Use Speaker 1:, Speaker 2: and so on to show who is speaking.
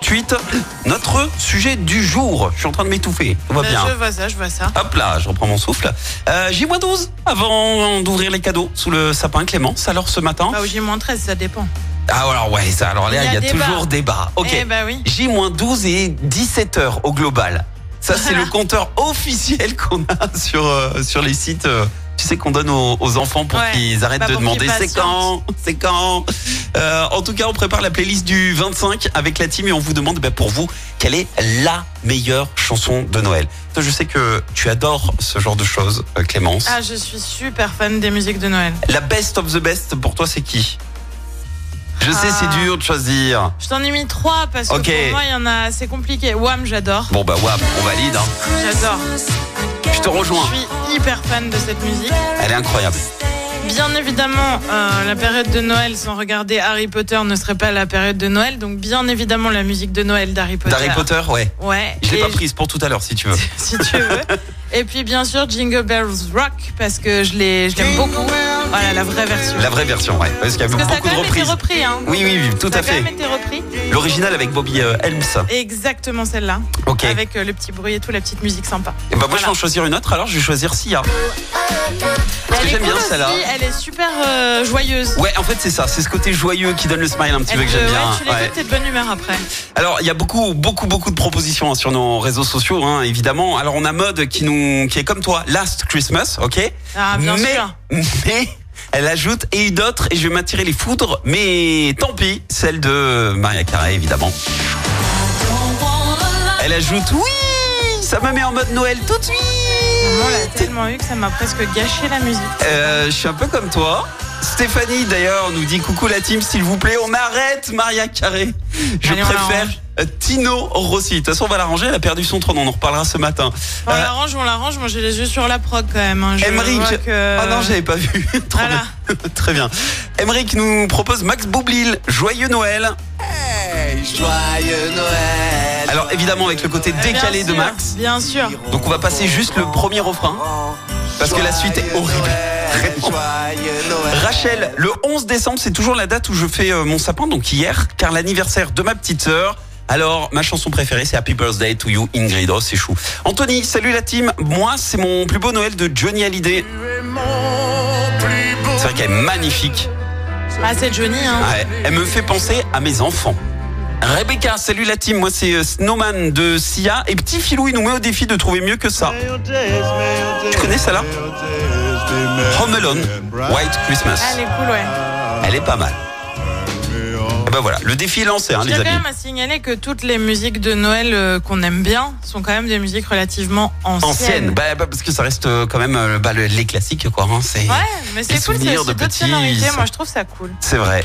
Speaker 1: suite, notre sujet du jour. Je suis en train de m'étouffer. Tout va
Speaker 2: Ben,
Speaker 1: bien.
Speaker 2: Je vois ça, je vois ça.
Speaker 1: Hop là, je reprends mon souffle. Euh, J'ai moins 12 avant d'ouvrir les cadeaux sous le sapin Clémence. Alors ce matin.
Speaker 2: Ah, ou j'ai moins 13, ça dépend.
Speaker 1: Ah, alors ouais, ça, alors là, il y a,
Speaker 2: débat.
Speaker 1: toujours débat. Ok.
Speaker 2: Eh ben oui.
Speaker 1: J-12 et 17 heures au global. Ça, c'est le compteur officiel qu'on a sur, euh, sur les sites. euh, tu sais qu'on donne aux, aux enfants pour
Speaker 2: Ouais,
Speaker 1: qu'ils arrêtent
Speaker 2: bah
Speaker 1: de
Speaker 2: pour
Speaker 1: demander
Speaker 2: qu'ils
Speaker 1: c'est quand,
Speaker 2: patientent.
Speaker 1: c'est quand. Euh, en tout cas, on prépare la playlist du 25 avec la team et on vous demande bah, pour vous quelle est la meilleure chanson de Noël. Toi, je sais que tu adores ce genre de choses, euh, Clémence.
Speaker 2: Ah, je suis super fan des musiques de Noël.
Speaker 1: La best of the best pour toi, c'est qui Je sais,
Speaker 2: Ah.
Speaker 1: c'est dur de choisir.
Speaker 2: Je t'en ai mis 3 parce que
Speaker 1: Ok.
Speaker 2: pour moi, il y en a, c'est compliqué. Wham, j'adore.
Speaker 1: Bon bah wham, on valide. hein.
Speaker 2: J'adore.
Speaker 1: Je te rejoins.
Speaker 2: Je suis hyper fan de cette musique.
Speaker 1: Elle est incroyable.
Speaker 2: Bien évidemment, euh, la période de Noël, sans regarder Harry Potter, ne serait pas la période de Noël. Donc, bien évidemment, la musique de Noël d'Harry Potter.
Speaker 1: D'Harry Potter, ouais.
Speaker 2: Ouais.
Speaker 1: Je l'ai
Speaker 2: Et
Speaker 1: pas prise pour tout à l'heure, si tu veux.
Speaker 2: si tu veux. Et puis bien sûr Jingle Bells Rock parce que je l'ai- je l'aime beaucoup. Voilà la vraie version.
Speaker 1: La vraie version, ouais. Parce qu'il y a
Speaker 2: Parce que ça a
Speaker 1: beaucoup
Speaker 2: quand
Speaker 1: de
Speaker 2: même été
Speaker 1: reprises.
Speaker 2: repris. Hein.
Speaker 1: Oui, oui, oui, tout
Speaker 2: ça
Speaker 1: à
Speaker 2: a quand
Speaker 1: fait.
Speaker 2: même été repris.
Speaker 1: L'original avec Bobby euh, Helms.
Speaker 2: Exactement celle-là.
Speaker 1: Ok.
Speaker 2: Avec euh, le petit bruit et tout, la petite musique sympa.
Speaker 1: Et bah, moi, je vais en choisir une autre, alors je vais choisir Sia. Parce
Speaker 2: elle
Speaker 1: que
Speaker 2: est
Speaker 1: j'aime bien
Speaker 2: cool
Speaker 1: celle-là.
Speaker 2: aussi, Elle est super euh, joyeuse.
Speaker 1: Ouais, en fait, c'est ça. C'est ce côté joyeux qui donne le smile un petit
Speaker 2: Elle
Speaker 1: peu que
Speaker 2: te-
Speaker 1: j'aime
Speaker 2: ouais,
Speaker 1: bien.
Speaker 2: tu
Speaker 1: Ouais.
Speaker 2: l'écoutes, t'es de bonne humeur après.
Speaker 1: Alors, il y a beaucoup, beaucoup, beaucoup de propositions hein, sur nos réseaux sociaux, hein, évidemment. Alors, on a Mode qui nous, qui est comme toi, Last Christmas, ok.
Speaker 2: Ah, bien
Speaker 1: mais,
Speaker 2: sûr.
Speaker 1: mais elle ajoute et d'autres et je vais m'attirer les foudres, mais tant pis, celle de Maria Carey évidemment. Elle ajoute oui, ça me met en mode Noël tout de
Speaker 2: On l'a
Speaker 1: suite.
Speaker 2: tellement eu que ça m'a presque gâché la musique.
Speaker 1: Euh, je suis un peu comme toi. Stéphanie d'ailleurs nous dit coucou la team s'il vous plaît on arrête Maria Carré. Je
Speaker 2: Allez, on
Speaker 1: préfère euh,
Speaker 2: l'arrange.
Speaker 1: Tino Rossi. De toute façon on va l'arranger, elle a perdu son trône, on en reparlera ce matin.
Speaker 2: On
Speaker 1: Euh,
Speaker 2: l'arrange, on l'arrange. Moi, j'ai les yeux sur la prog quand même. hein. Je
Speaker 1: Emmerich.
Speaker 2: vois que-
Speaker 1: Ah non, j'avais pas vu. Trop
Speaker 2: Voilà.
Speaker 1: bien. Très bien. Emeric nous propose Max Boublil, Joyeux Noël.
Speaker 3: Joyeux Noël.
Speaker 1: Alors évidemment avec le côté
Speaker 2: Eh bien
Speaker 1: décalé de
Speaker 2: sûr,
Speaker 1: Max.
Speaker 2: Bien sûr.
Speaker 1: Donc on va passer juste le premier refrain. Parce que la suite est horrible. Vraiment.
Speaker 3: Joyeux Noël.
Speaker 1: Rachel, le 11 décembre, c'est toujours la date où je fais euh, mon sapin, donc hier, car l'anniversaire de ma petite sœur. Alors, ma chanson préférée, c'est Happy Birthday to You, Ingrid. Oh, c'est chou. Anthony, salut la team. Moi, c'est mon plus beau Noël de Johnny Hallyday. C'est vrai qu'elle est magnifique.
Speaker 2: Ah, c'est Johnny. Hein.
Speaker 1: Ouais, elle me fait penser à mes enfants. Rebecca, salut la team, moi c'est euh, Snowman de Sia et petit filou il nous met au défi de trouver mieux que ça. Tu connais celle-là Home Alone, White Christmas.
Speaker 2: Ah, elle est cool, ouais.
Speaker 1: Elle est pas mal. Et ben voilà, le défi est lancé hein,
Speaker 2: Je
Speaker 1: les
Speaker 2: tiens quand
Speaker 1: amis.
Speaker 2: même à signaler que toutes les musiques de Noël euh, qu'on aime bien sont quand même des musiques relativement anciennes.
Speaker 1: Ancienne, bah, bah, parce que ça reste euh, quand même euh, bah, le- les classiques quoi. hein, c'est
Speaker 2: Ouais, mais c'est
Speaker 1: Les
Speaker 2: cool, c'est
Speaker 1: souvenirs
Speaker 2: aussi
Speaker 1: de
Speaker 2: d'autres
Speaker 1: petits,
Speaker 2: sonorités.
Speaker 1: ça-
Speaker 2: Moi, je trouve ça cool.
Speaker 1: c'est vrai.